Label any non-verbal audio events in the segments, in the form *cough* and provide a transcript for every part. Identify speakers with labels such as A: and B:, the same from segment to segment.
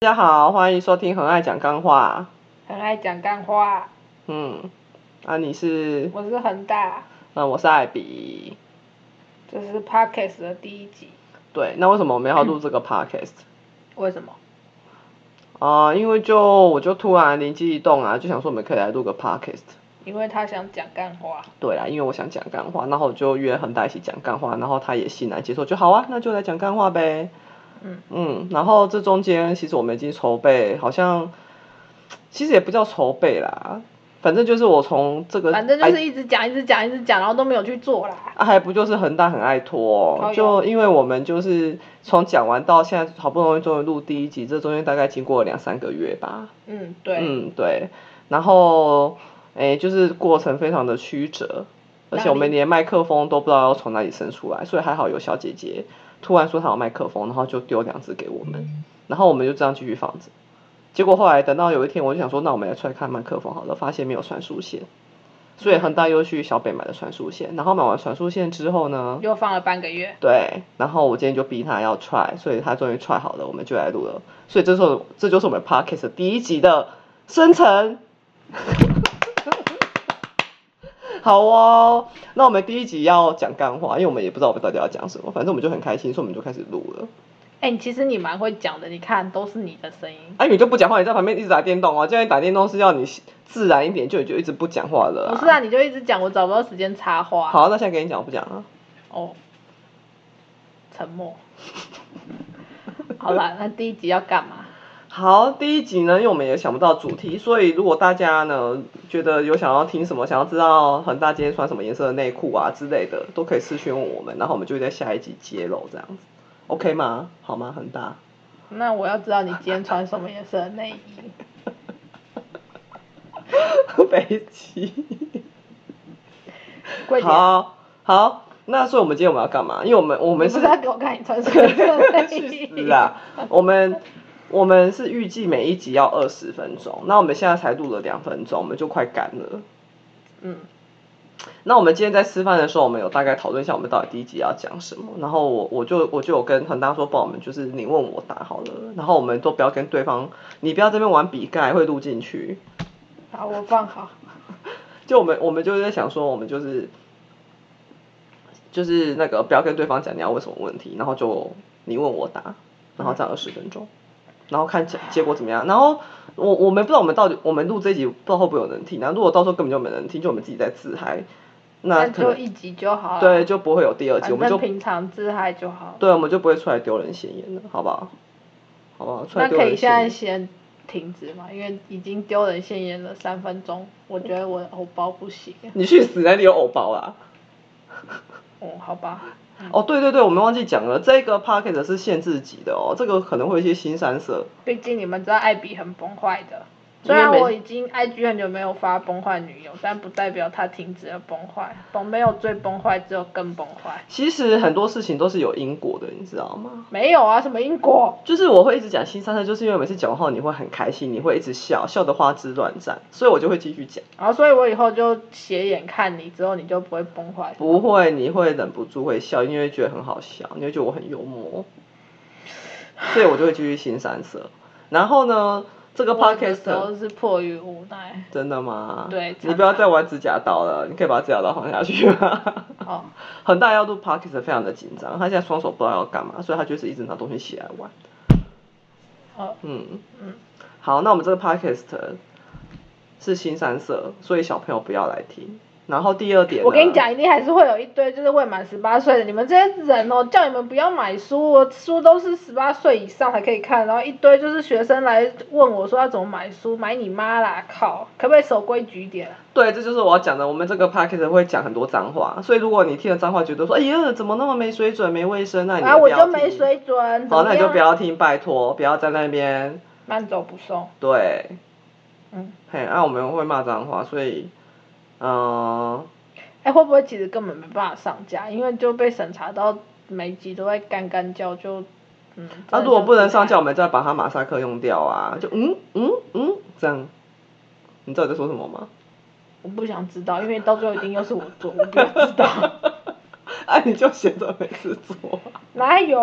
A: 大家好，欢迎收听《很爱讲干话》。
B: 很爱讲干话，
A: 嗯，啊，你是，
B: 我是恒大，
A: 嗯，我是艾比。
B: 这是 podcast 的第一集。
A: 对，那为什么我们要录这
B: *laughs*
A: 个 podcast？
B: 为什么？
A: 啊、因为就我就突然灵机一动啊，就想说我们可以来录个 podcast。
B: 因为他想讲干话。
A: 对啦，因为我想讲干话，然后我就约恒大一起讲干话，然后他也欣然接受，就好啊，那就来讲干话呗。
B: 嗯
A: 嗯，然后这中间其实我们已经筹备，好像其实也不叫筹备啦，反正就是我从这个
B: 反正就是一直讲，一直讲，一直讲，然后都没有去做啦。
A: 啊，还不就是恒大很爱拖、
B: 靠
A: 哦，
B: 腰
A: 就因为我们就是从讲完到现在，好不容易终于录第一集，这中间大概经过了两三个月吧。
B: 嗯，对，
A: 嗯，对。然后，诶，就是过程非常的曲折，而且我
B: 哪
A: 们
B: 里
A: 连麦克风都不知道要从哪里生出来，所以还好有小姐姐突然说她有麦克风，然后就丢两只给我们，然后我们就这样继续放着。结果后来等到有一天，我就想说，那我们来出来看麦克风好了，发现没有传输线，所以恒大又去小北买了传输线，然后买完传输线之后呢，
B: 又放了半个月。
A: 对，然后我今天就逼他要 try，所以他终于 try 好了，我们就来录了。所以这时候，这就是我们 podcast 第一集的生成。 *laughs* 好哦，那我们第一集要讲干话，因为我们也不知道我们到底要讲什么，反正我们就很开心，所以我们就开始录了。
B: 哎、其实你蛮会讲的，你看都是你的声音。
A: 哎、你就不讲话，你在旁边一直打电动哦。叫你打电动是要你自然一点，就你就一直不讲话了、
B: 不是啊，。你就一直讲，我找不到时间插话。
A: 好，那现在给你讲，我不讲了。
B: 哦，沉默。好啦，那第一集要干嘛？
A: 好，第一集呢，因为我们也想不到主题，所以如果大家呢觉得有想要听什么，想要知道恒大今天穿什么颜色的内裤啊之类的，都可以私讯问我们，然后我们就会在下一集揭露这样子，OK 吗？好吗？恒大， *laughs*
B: 那我要知道你今天穿什么颜色的内
A: *laughs*
B: 衣。
A: 北极，
B: 贵点。
A: 好好，那所以我们今天我们要干嘛？因为我们我
B: 你
A: 们
B: 不
A: 是
B: 是要给我看你穿什么颜
A: *laughs*
B: 色的内
A: 去
B: 衣？
A: 死啊！我们我们是预计每一集要二十分钟，那我们现在才录了两分钟，我们就快赶了。
B: 嗯，
A: 那我们今天在吃饭的时候，我们有大概讨论一下我们到底第一集要讲什么。然后我我就我就有跟恒大说，帮我们就是你问我答好了，然后我们都不要跟对方，你不要这边玩笔盖会录进去。
B: 好，我放好。
A: 就我们我们就是在想说，我们就是就是那个不要跟对方讲你要问什么问题，然后就你问我答，然后这样二十分钟，然后看结结果怎么样。然后我我们不知道我们到底我们录这一集不知道会不会有人听，然后如果到时候根本就没人听，就我们自己在自嗨，那可
B: 就
A: 能
B: 一集就好了。
A: 对，就不会有第二集，我
B: 啊反
A: 们就
B: 正平常自嗨就好。
A: 对，我们就不会出来丢人现眼了，好不好？好不好？出来
B: 那
A: 丢
B: 可以
A: 人
B: 现
A: 现
B: 在
A: 眼。
B: 先停止嘛，因为已经丢人现眼了三分钟，我觉得我偶包不行。
A: *laughs* 你去死！那里有偶包啦。
B: 嗯，好吧。
A: 哦，对对对，我们忘记讲了，这个 p o c k e t 是限制级的哦，这个可能会有一些新三色。
B: 毕竟你们知道艾比很崩坏的，
A: 因
B: 虽
A: 为
B: 然
A: 每
B: 我已经 IG 很久没有发崩坏女友，但不代表她停止了崩坏。崩没有最崩坏，只有更崩坏。
A: 其实很多事情都是有因果的，你知道吗？
B: 没有啊，什么因果？
A: 就是我会一直讲新三色，就是因为每次讲后你会很开心，你会一直笑，笑得花枝乱颤，所以我就会继续讲。
B: 然后，所以我以后就斜眼看你，之后你就不会崩坏。
A: 不会，你会忍不住会笑，因为觉得很好笑，你会觉得我很幽默，所以我就会继续新三色。然后呢，这个
B: 我有时
A: podcast
B: 候是迫于无奈。
A: 真的吗？
B: 对
A: 你不要再玩指甲刀了，你可以把指甲刀放下去吗？ *laughs*
B: 哦，
A: 恒大要录 podcast 非常的紧张，他现在双手不知道要干嘛，所以他就是一直拿东西起来玩。
B: 哦，
A: 嗯，
B: 嗯，
A: 好，那我们这个 podcast 是新三色，所以小朋友不要来听。然后第二点呢，
B: 我跟你讲，一定还是会有一堆就是未满十八岁的，你们这些人哦，叫你们不要买书，我书都是十八岁以上才可以看，然后一堆就是学生来问我说啊要怎么买书，买你妈啦，靠，可不可以守规矩一点？
A: 对，这就是我要讲的。我们这个 p a c k a g e 会讲很多脏话，所以如果你听了脏话，觉得说，哎呀，怎么那么没水准、没卫生？那你
B: 啊，
A: 也不
B: 我
A: 要
B: 就没
A: 听
B: 水准，怎
A: 好，那
B: 么
A: 你就不
B: 样？
A: 要听，拜托，不要在那边。
B: 慢走不送，
A: 对，
B: 嗯，
A: 嘿，啊那、我们会骂脏话，所以，嗯、
B: 哎，会不会其实根本没办法上架，因为就被审查到每集都在干干叫，就
A: 那、
B: 嗯。真的
A: 啊如果
B: 就
A: 不能
B: 是
A: 上架，我们再把它马赛克用掉啊，就嗯嗯嗯这样。你知道我在说什么吗？ *laughs*
B: 我不想知道，因为到最后一定又是我做，我不想知道。 *laughs*
A: 啊，你就闲着没事做。
B: 哪有？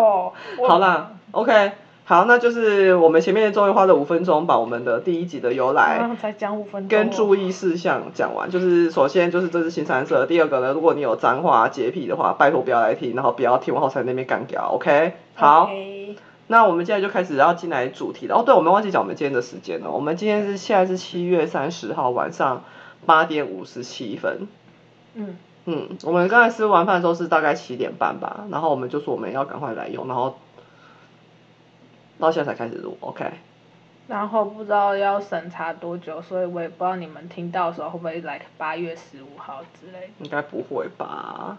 B: 我
A: 好啦，，OK，好，那就是我们前面终于花了五分钟把我们的第一集的由来
B: 然后才讲五分钟哦，
A: 哎跟注意事项讲完，就是首先就是这是新三色，第二个呢，如果你有脏话、洁癖的话，拜托不要来听，然后不要听完后才在那边干掉，OK？好
B: OK
A: 那我们现在就开始要进来主题了。哦，对，我们忘记讲我们今天的时间了，我们今天是现在是七月三十号晚上八点五十七分。
B: 嗯，
A: 嗯，我们刚才吃完饭的时候是大概七点半吧，然后我们就说我们要赶快来用，然后到现在才开始录，OK？
B: 然后不知道要审查多久，所以我也不知道你们听到的时候会不会来八月十五号之类的。
A: 应该不会吧？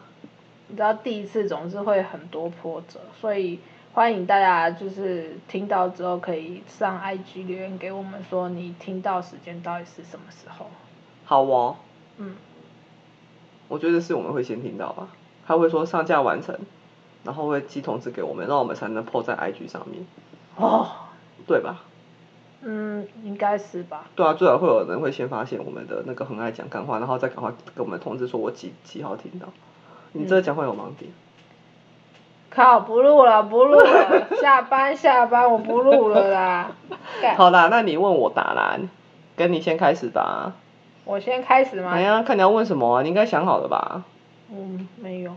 B: 你知道第一次总是会很多波折，所以欢迎大家就是听到之后可以上 IG 留言给我们说你听到时间到底是什么时候。
A: 好哦，
B: 嗯，
A: 我觉得是我们会先听到吧，他会说上架完成，然后会寄通知给我们，让我们才能 po 在 IG 上面，
B: 哦，
A: 对吧？
B: 嗯，应该是吧。
A: 对啊，最好会有人会先发现我们的那个很爱讲干话，然后再赶快给我们通知说我几几号听到。你这个讲话有盲点，
B: 靠，不录了，不录了，下班下班，我不录了啦。干
A: *laughs* 好啦，那你问我答啦，跟你先开始吧。
B: 我先开始吗
A: 哎？呀，看你要问什么啊？你应该想好了吧？
B: 嗯，没有。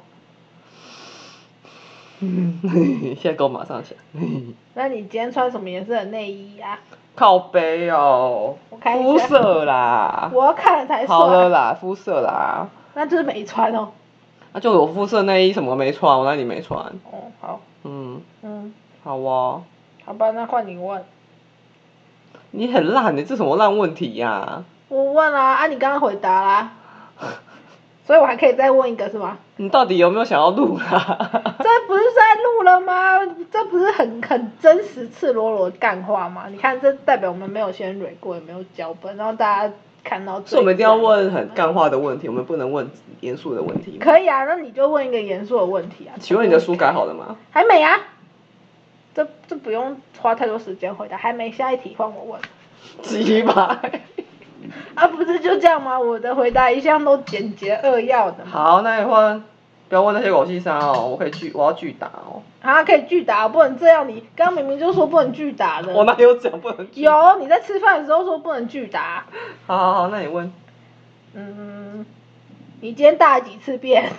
A: 嗯， *laughs* 现在给我马上想。 *laughs*
B: 那你今天穿什么颜色的内衣啊？
A: 靠背哦，
B: 我看一
A: 肤
B: 下。
A: 色啦，
B: 我看了才
A: 好了
B: 帅。
A: 啦，肤色啦，
B: 那就是没穿哦。
A: 那、啊就我肤色内衣什么没穿，我那里没穿。
B: 哦，好，
A: 嗯，
B: 嗯，
A: 好哦。
B: 好吧，那换你问。
A: 你很烂，欸你这什么烂问题呀、
B: 我问啦、啊，你刚刚回答啦， *laughs* 所以我还可以再问一个是吗？
A: 你到底有没有想要录啊 *laughs* 啦？
B: 这不是在录了吗？这不是很很真实、赤裸裸的干话吗？你看，这代表我们没有先蕊过，也没有脚本，然后大家看到。
A: 所以我们一定要。问很干话的问题，我们不能问严肃的问题。
B: 可以啊，那你就问一个严肃的问题啊。
A: 请问你的书改好了吗？
B: 还没啊？这这不用花太多时间回答，还没。下一题换我问。
A: 鸡巴。
B: 啊，不是就这样吗？我的回答一向都简洁扼要的
A: *laughs*
B: 嘛。
A: 好，那你换，不要问那些狗屁沙哦，我可以拒，我要拒答哦。
B: 啊，可以拒答，不能这样。你刚刚明明就说不能拒答的。
A: 我哪有讲不能拒？
B: 有，你在吃饭的时候说不能拒答。
A: 好好好，那你问
B: 嗯，你今天大了几次便？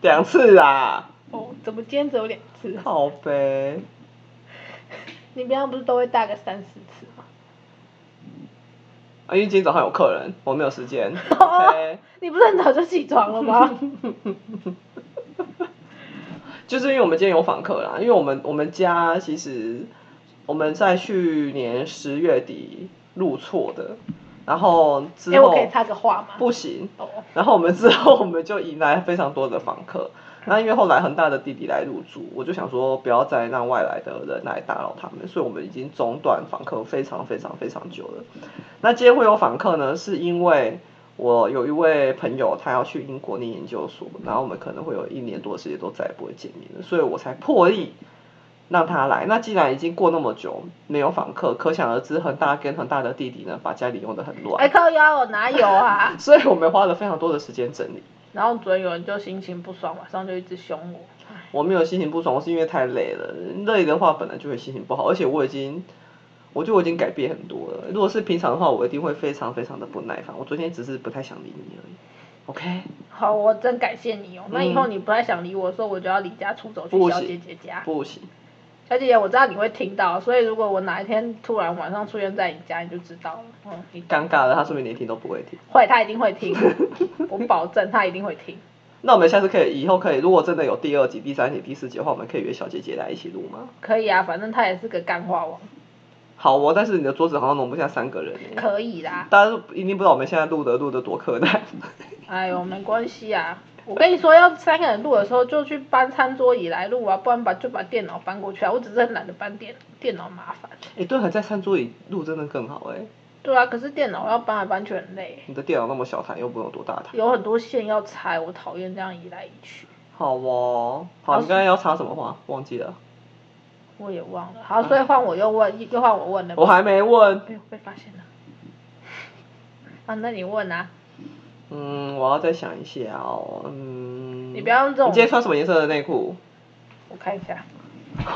A: 两次啦，
B: 哦，怎么今天只有两次？
A: 好呗。
B: 你平常不是都会大个三四次吗？
A: 啊，因为今天早上有客人，我没有时 *laughs* 间。OK，
B: 你不是很早就起床
A: *laughs*
B: 了吗？
A: 就是因为我们今天有访客啦，因为我们我们家其实我们在去年十月底入错的，然后
B: 哎、
A: 之后、
B: 我可以插个话吗？
A: 不行，
B: 哦，
A: 然后我们之后我们就迎来非常多的访客。那因为后来恒大的弟弟来入住，我就想说不要再让外来的人来打扰他们，所以我们已经中断访客非常非常非常久了。那今天会有访客呢，是因为我有一位朋友他要去英国念研究所，然后我们可能会有一年多的时间都再也不会见面了，所以我才破例让他来。那既然已经过那么久没有访客，可想而知恒大跟恒大的弟弟呢，把家里用得很
B: 哎、
A: 乱，
B: 靠腰，我哪有啊？
A: 所以我们花了非常多的时间整理。
B: 然后昨天有人就心情不爽，晚上就一直凶我。
A: 我没有心情不爽，我是因为太累了。累的话本来就会心情不好，而且我已经，我觉得我已经改变很多了。如果是平常的话，我一定会非常非常的不耐烦。我昨天只是不太想理你而已。OK，
B: 好，我真感谢你哦。那以后你不太想理我的时候，我就要离家出走去
A: 嗯不
B: 小
A: 行
B: 姐姐家。
A: 不行，
B: 小姐姐，我知道你会听到，所以如果我哪一天突然晚上出现在你家，你就知道了。嗯，你
A: 尴尬了，他说明连听都不会听。
B: 会，她一定会 *laughs* 听，我保证她一定会听。
A: 那我们下次可以，以后可以，如果真的有第二集、第三集、第四集的话，我们可以约小姐姐来一起录吗？
B: 可以啊，反正她也是个干话王，
A: 好哦，但是你的桌子好像容不下三个人耶。
B: 可以啦。
A: 大家都一定不知道我们现在录的录的多困 *laughs* 难。
B: 哎呦，没关系啊。我跟你说，要三个人录的时候，就去搬餐桌椅来录啊，不然把就把电脑搬过去啊。我只是很懒得搬电电脑，麻烦。
A: 哎、对，还在餐桌椅录真的更好哎。
B: 对啊，可是电脑要搬来搬去很累。
A: 你的电脑那么小台，又不用多大台。
B: 有很多线要拆，我讨厌这样移来移去，
A: 好哦，
B: 好
A: 好，你刚才要插什么话？忘记了，
B: 我也忘了。好，所以换我又问，又换啊我问了。
A: 我还没问。
B: 哎呦，被发现了。啊，那你问啊，
A: 嗯，我要再想一下哦。嗯，
B: 你不要用这
A: 你今天
B: 种，
A: 穿什么颜色的内裤？
B: 我看一下。
A: *laughs*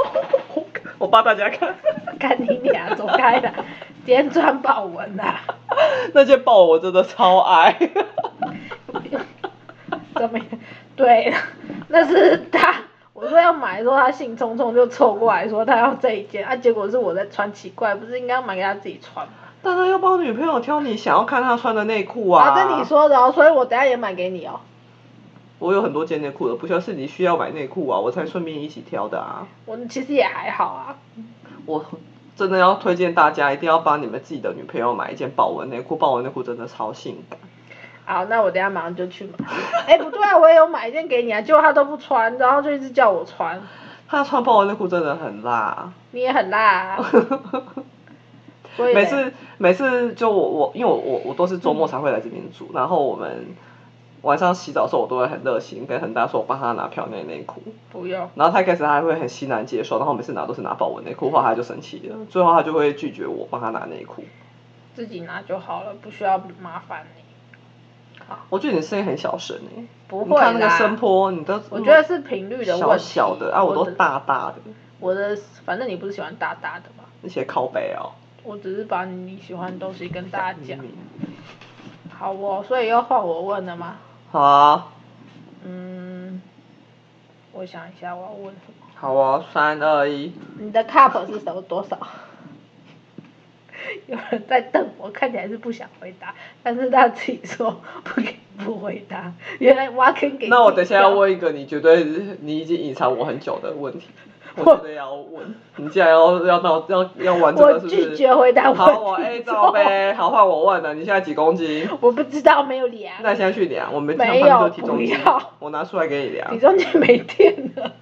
A: 我我帮大家看 *laughs*
B: *laughs* 干你俩，走开啦！今天穿豹纹啦，
A: 那件豹，我真的超爱。
B: *laughs*
A: *laughs*
B: 怎么？对，那是他。我说要买的时候，他兴冲冲就凑过来说他要这一件，啊，结果是我在穿，奇怪，不是应该要买给他自己穿吗？
A: 当然要帮女朋友挑你想要看她穿的内裤啊。
B: 啊，这你，说的哦，所以我等下也买给你哦。
A: 我有很多件内裤的，不需要是你需要买内裤啊，我才顺便一起挑的啊。
B: 我其实也还好啊，
A: 我真的要推荐大家，一定要帮你们自己的女朋友买一件豹纹内裤，豹纹内裤真的超性感。
B: 好，那我等下马上就去买。 *laughs* 哎，不对啊，我也有买一件给你啊，结果他都不穿，然后就一直叫我穿，
A: 她穿豹纹内裤真的很辣。
B: 你也很辣、
A: *laughs*
B: 啊。所以嘞
A: 每次每次就我我因为我我我都是周末才会来这边住，然后我们晚上洗澡的时候，我都会很热心跟恒大说，我帮他拿漂亮的内裤，
B: 不用，
A: 然后他一开始还会很欣然接受，然后每次拿都是拿豹纹内裤，后来他就生气了，最后他就会拒绝我帮他拿内裤。
B: 自己拿就好了，不需要麻烦你。
A: 我觉得你声音很小声诶、
B: 不
A: 你
B: 会啦
A: 看那个声波，你都
B: 我觉得是频率的
A: 小
B: 问题。
A: 小的啊，我都
B: 的
A: 大大的，
B: 我的，反正你不是喜欢大大的嘛，
A: 那些靠背哦。
B: 我只是把你喜欢的东西跟大家讲。
A: 嗯
B: 好哦，所以要换我问了吗？
A: 好啊，
B: 嗯，我想一下我要问什么。
A: 好啊，三二一，
B: 你的 cup 是什么多少？ *laughs* 有人在瞪我，看起来是不想回答，但是他自己说不给不回答，原来挖坑给。
A: 那我等一下要。问一个你绝对你已经隐藏我很久的问
B: *laughs*
A: 题，我
B: 我
A: 觉得要问。你既然要要闹要要玩这
B: 我
A: 个，是不是？
B: 拒绝回答
A: 好，我
B: 问
A: A
B: 题
A: 罩呗。好换我问了，你现在几公斤？
B: *laughs* 我不知道，没有量。
A: 那现在去量，我们
B: 没有
A: 上班都体重计
B: 不要，
A: 我拿出来给你量
B: 体。重计没电了。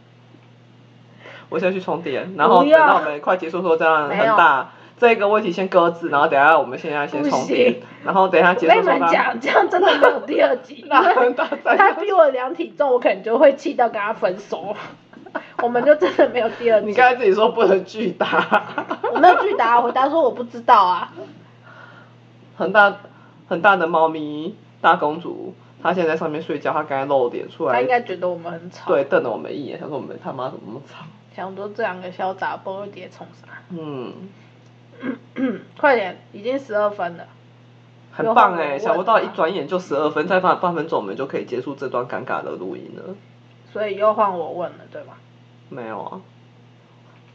A: 我现在去充电，然后
B: 不
A: 等
B: 要
A: 到我们快结束的时候，这样
B: 没
A: 很
B: 有
A: 大。这个问题先搁置，然后等一下我们现在先
B: 不
A: 充电
B: 行，
A: 然后等一下
B: 我
A: 结束
B: 跟
A: 的
B: 你
A: 时候大
B: 们
A: 家，
B: 讲，这样真的没有第二集，
A: *laughs*
B: 因
A: 那很
B: 为 *laughs*
A: 大在
B: 他逼我量体重，我可能就会气到跟他分手， *laughs* 我们就真的没有第二
A: 你
B: 集。
A: 刚才自己说不能巨大，
B: 我没有去答，我回答说我不知道啊。
A: 很大很大的猫咪大公主，她现在在上面睡觉，她刚才露脸出
B: 他
A: 来
B: 应，该觉得我们很吵，
A: 对，瞪了我们一眼，她说我们他妈怎么那么吵？
B: 想说这两个小杂波叠冲啥？
A: 嗯，
B: *clears throat* 快点，已经十二分了。
A: 很棒
B: 有话
A: 哎，
B: 我
A: 想不到
B: 问
A: 一
B: 啊
A: 转眼就十二分，再放半分钟我们就可以结束这段尴尬的录音了。
B: 所以又换我问了，对吧？
A: 没有啊，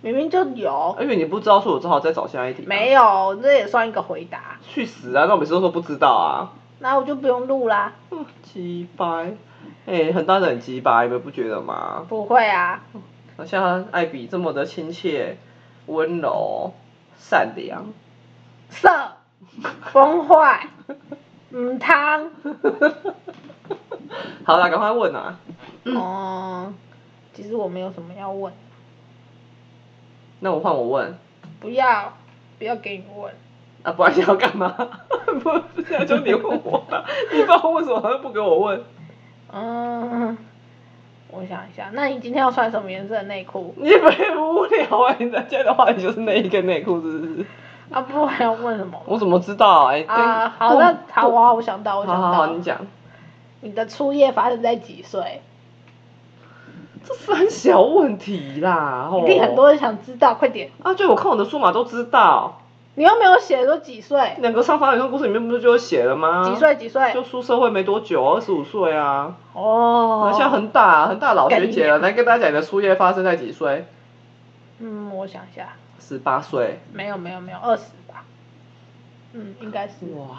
B: 明明就有，
A: 因为你不知道，所以我只好再找下一题。
B: 没
A: 有，
B: 有，这也算一个回答，
A: 去死啊！那我每次都说不知道啊，
B: 那我就不用录啦。
A: 嗯，鸡掰，哎，很大的很鸡掰，你们不觉得吗？
B: 不会啊，
A: 像艾比这么的亲切、温柔、善良，
B: 色、崩坏、嗯汤。
A: 好啦，赶快问啊！
B: 哦，其实我没有什么要问，
A: 那我换我问
B: 不要，不要给你问，
A: 啊，不然你要干嘛？ *laughs* 不，现在就你问我吧，你不知道为什么不给我问？哦
B: 嗯，我想一下，那你今天要穿什么颜色的内裤？
A: 你很无聊啊！你在家的话，你就是那一个内裤，是不是？
B: 啊，不然要问什么？
A: 我怎么知道？哎、对
B: 啊，好，
A: 过
B: 那好，
A: 过
B: 我我想到，我
A: 好
B: 想
A: 好好，
B: 到，
A: 你讲。
B: 你的初夜发生在几岁？
A: 这是很小问题啦，吼
B: 一定很多人想知道，快点！
A: 啊！对，我看我的数码都知道，
B: 你又没有写说几岁，
A: 两个上法理论故事里面不是就有写了吗？
B: 几岁几岁？
A: 啊就出社会没多久，二十五岁啊，
B: 哦
A: 好，像很大很大老
B: 干
A: 学姐了。来跟大家讲，你的初夜发生在几岁？
B: 嗯，我想一下，
A: 十八岁。
B: 没有没有没有，二十吧，嗯，应该是。
A: 哇！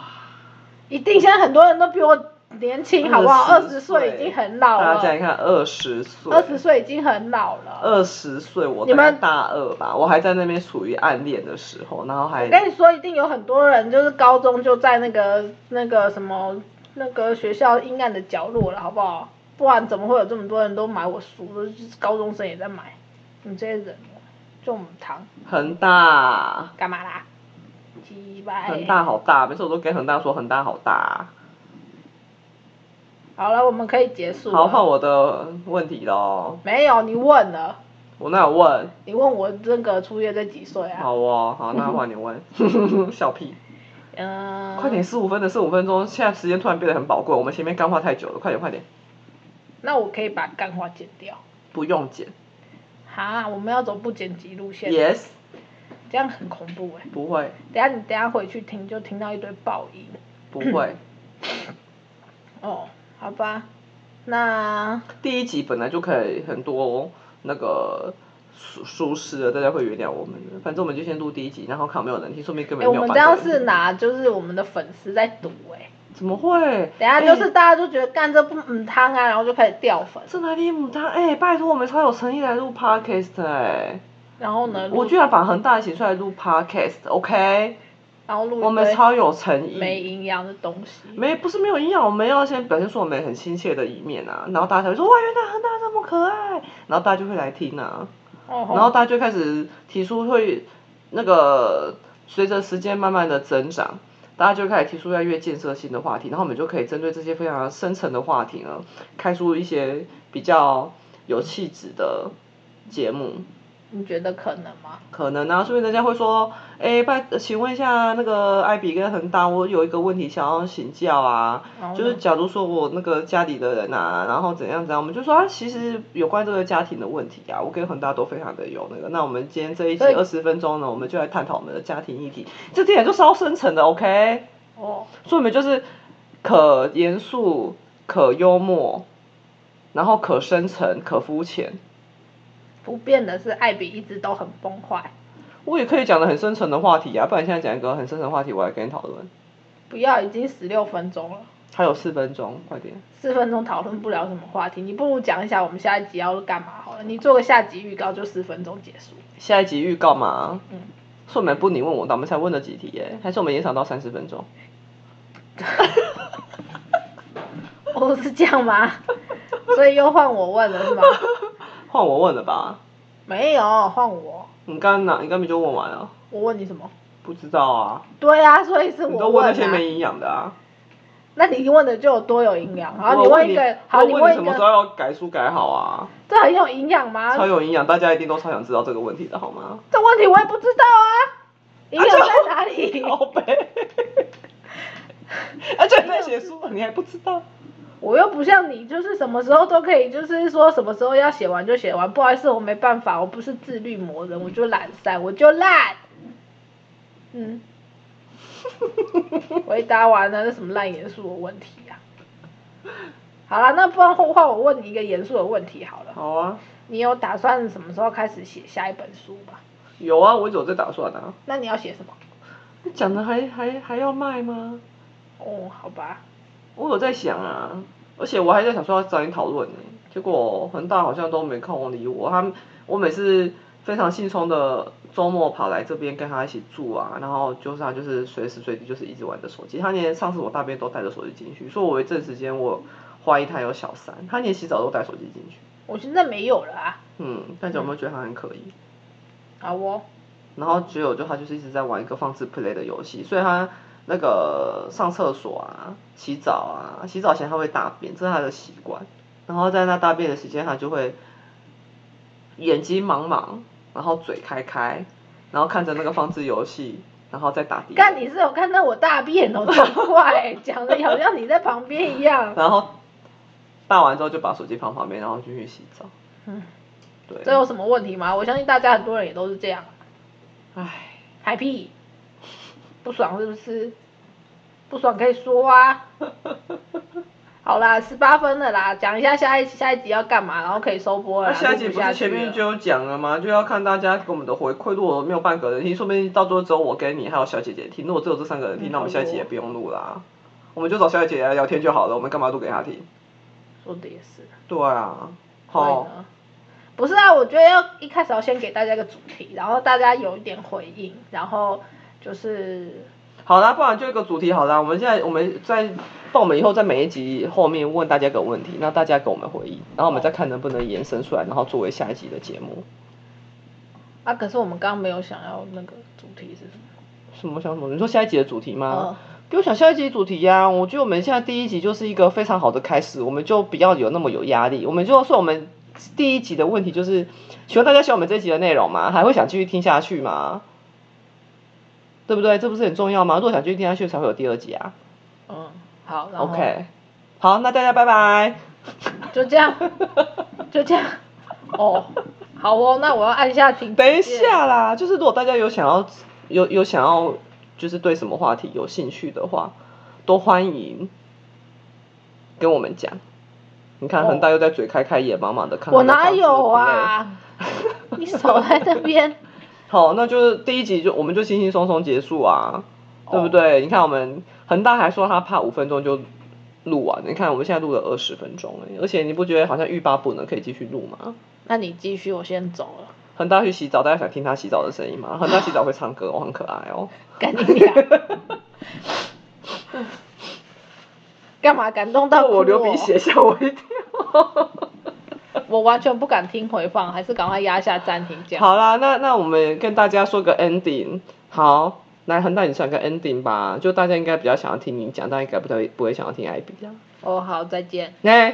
B: 一定，现在很多人都比我年轻，好不好？二十岁已经很老
A: 大家想
B: 了，
A: 一看，二十岁。
B: 二十。岁已经很老了。
A: 二十岁，我
B: 你
A: 大
B: 们
A: 概大二吧，我还在那边属于暗恋的时候，然后还
B: 我跟你说，一定有很多人就是高中就在那个那个什么那个学校阴暗的角落了，好不好？不然怎么会有这么多人都买我书？就是高中生也在买，你这些人就我们堂
A: 恒大，
B: 干嘛啦？鸡巴欸
A: 恒大好大，每次我都跟恒大说恒大好大。
B: 好了，我们可以结束了。
A: 好，换我的问题喽，
B: 没有，你问了，
A: 我那有问，
B: 你问我这个初夜在几岁啊？
A: 好哦，好，那换你问， *laughs* 小屁。
B: 嗯，
A: 快点，十五分的十五分钟，现在时间突然变得很宝贵，我们前面干话太久了，快点快点，
B: 那我可以把干话剪掉。
A: 不用剪，
B: 哈，我们要走不剪辑路线
A: ？Yes，
B: 这样很恐怖哎、
A: 不会，
B: 等一下你等一下回去听，就听到一堆爆音。
A: 不会。
B: 哦，好吧，那
A: 第一集本来就可以很多那个舒舒适的，大家会原谅我们的。反正我们就先录第一集，然后看有没有人听，说明根
B: 哎、
A: 本
B: 我
A: 没有
B: 们
A: 版
B: 这
A: 本。
B: 样是拿就是我们的粉丝在赌哎、
A: 怎么会？
B: 等一下就是
A: 哎
B: 大家都觉得干这不嗯汤啊，然后就开始掉粉，
A: 这哪里母汤？哎、拜托我们超有诚意来录 podcast 哎、
B: 然后呢，
A: 我
B: 录
A: 居然把恒大一起出来录 podcast，OK？、
B: 然后录
A: 我
B: 一堆
A: 们超有诚意。
B: 没营养的东西，
A: 没不是没有营养，我们要先表现出我们很亲切的一面啊，然后大家才会说哇，原来恒大这么可爱，然后大家就会来听啊，
B: 哦吼
A: 然后大家就开始提出会那个随着时间慢慢的增长，大家就开始提出越来越建设性的话题，然后我们就可以针对这些非常深层的话题呢，开出一些比较有气质的节目。
B: 你觉得可能吗？
A: 可能啊，所以人家会说，哎，拜，请问一下那个艾比跟恒大，我有一个问题想要请教啊，
B: 然后
A: 就是
B: 呢
A: 假如说我那个家里的人啊，然后怎样怎样，我们就说啊，其实有关这个家庭的问题啊，我跟恒大都非常的有那个。那我们今天这一集
B: 所以
A: 二十分钟呢，我们就来探讨我们的家庭议题，这点就超深层的，OK？
B: 哦，
A: 所以我们就是可严肃、可幽默，然后可深沉、可肤浅。
B: 不变的是艾比一直都很崩坏，
A: 我也可以讲的很深层的话题啊，不然现在讲一个很深层的话题，我来跟你讨论。
B: 不要已经十六分钟了。
A: 还有四分钟，快点。
B: 四分钟讨论不了什么话题，你不如讲一下我们下一集要干嘛好了。你做个下集预告，就四分钟结束。
A: 下一集预告嘛，
B: 嗯， *laughs*
A: 说我们不你问我答，我们才问了几题耶，还是我们延长到三十分钟？
B: 哦，是这样吗？所以又换我问了是吗？
A: 换我问了吧？
B: 没有，换我。
A: 你刚刚哪？你刚刚就问完了？
B: 我问你什么？
A: 不知道啊，
B: 对啊，所以是
A: 你都
B: 我
A: 问那
B: 问
A: 些
B: 啊。
A: 没营养的啊。
B: 那你问的就有多有营养，然后
A: 我
B: 你
A: 问
B: 一个，啊好，
A: 我
B: 你
A: 问你
B: 问
A: 什
B: 一
A: 么时
B: 个，
A: 候要改书改好啊？
B: 这很有营养吗？
A: 超有营养，大家一定都超想知道这个问题的好
B: *laughs*
A: 吗？
B: 这问题我也不知道啊，营
A: 啊
B: 养在哪里？
A: 好呗。而且在写书，你还不知
B: *laughs*
A: 道？
B: 我又不像你，就是什么时候都可以，就是说什么时候要写完就写完。不好意思，我没办法，我不是自律魔人，我就懒散，我就烂。嗯，回答完了，那什么烂严肃的问题呀、啊？ *laughs* 好了，那不然后话我问你一个严肃的问题好了，
A: 好啊，
B: 你有打算什么时候开始写下一本书吗？
A: 有啊，我一直有在打算啊。
B: 那你要写什么？
A: 你讲的还还还要卖吗？
B: 哦，好吧，
A: 我有在想啊，而且我还在想说要找你讨论呢，结果恒大好像都没空理我。他我每次非常兴冲的周末跑来这边跟他一起住啊，然后就是他就是随时随地就是一直玩着手机，他连上次我大便都带着手机进去，所以我有一阵时间我怀疑他有小三，他连洗澡都带手机进去。
B: 我现在没有了啊。
A: 嗯，但是有没有觉得他很可疑？
B: 好哦，
A: 然后只有就他就是一直在玩一个放置 play 的游戏，所以他那个上厕所啊、洗澡啊、洗澡前他会大便，这是他的习惯。然后在那大便的时间，他就会眼睛茫茫，然后嘴开开，然后看着那个放置游戏，然后再打嗝。
B: 干你是有看到我大便哦，奇怪、讲的好像你在旁边一样。
A: 然后大完之后就把手机放旁边，然后进去洗澡。
B: 嗯，
A: 对，
B: 这有什么问题吗？我相信大家很多人也都是这样，
A: 唉，
B: 嗨屁，不爽是不是？不爽可以说
A: *laughs*
B: 啊。好啦，十八分了啦，讲一下下一下一集要干嘛，然后可以收播了
A: 那
B: 啦。
A: 啊下一集
B: 啊录
A: 不
B: 下
A: 是
B: 去
A: 前面
B: 了
A: 就有讲了吗？就要看大家给我们的回馈。如果没有半个人听，说不定到最后只有我跟你还有小姐姐听。如果只有这三个人听，
B: 嗯
A: 那我们下一集也不用录啦。我们就找小姐姐来聊天就好了。我们干嘛录给她听？
B: 说的也是，
A: 对啊，
B: 所
A: 好
B: 以，呢，不是啊，我觉得要一开始要先给大家一个主题，然后大家有一点回应，然后就是
A: 好啦，不然就一个主题好啦。我们现在我们在，不然我们以后在每一集后面问大家一个问题，那大家给我们回应，然后我们再看能不能延伸出来，然后作为下一集的节目。
B: 啊，可是我们刚刚没有想要那个主题是什么？
A: 什么想什么？你说下一集的主题吗？
B: 嗯
A: 不用想下一集主题呀、我觉得我们现在第一集就是一个非常好的开始，我们就不要有那么有压力。我们就说我们第一集的问题就是，请问大家喜欢我们这一集的内容吗？还会想继续听下去吗？对不对？这不是很重要吗？如果想继续听下去，才会有第二集啊。
B: 嗯，好，然后
A: OK，好，那大家拜拜。
B: *laughs* 就这样，就这样，哦，好哦，那我要按下停。
A: 等一，下啦，就是如果大家有想要有有想要就是对什么话题有兴趣的话，都欢迎跟我们讲。你看，
B: 哦
A: 恒大又在嘴开开眼茫茫的看。
B: 我哪有？啊？你少在那边。
A: 好，那就是第一集就我们就轻轻松松结束啊， *laughs* 对不
B: 哦
A: 对？你看我们恒大还说他怕五分钟就录完，你看我们现在录了二十分钟、欸，而且你不觉得好像欲罢不能，可以继续录吗？
B: 那你继续，我先走了。
A: 恒大去洗澡，大家想听他洗澡的声音吗？恒大洗澡会唱歌哦，很可爱哦。 *laughs*
B: 赶紧讲。干嘛感动到
A: 让
B: 哭哦
A: 我流鼻血，吓我一跳。
B: 我完全不敢听回放，还是赶快压下暂停键。
A: 好啦，那那我们跟大家说个 ending。好，来恒大，你讲个 ending 吧，就大家应该比较想要听你讲，但应该不太不会想要听艾比啊。
B: 哦，好，再见。
A: 来、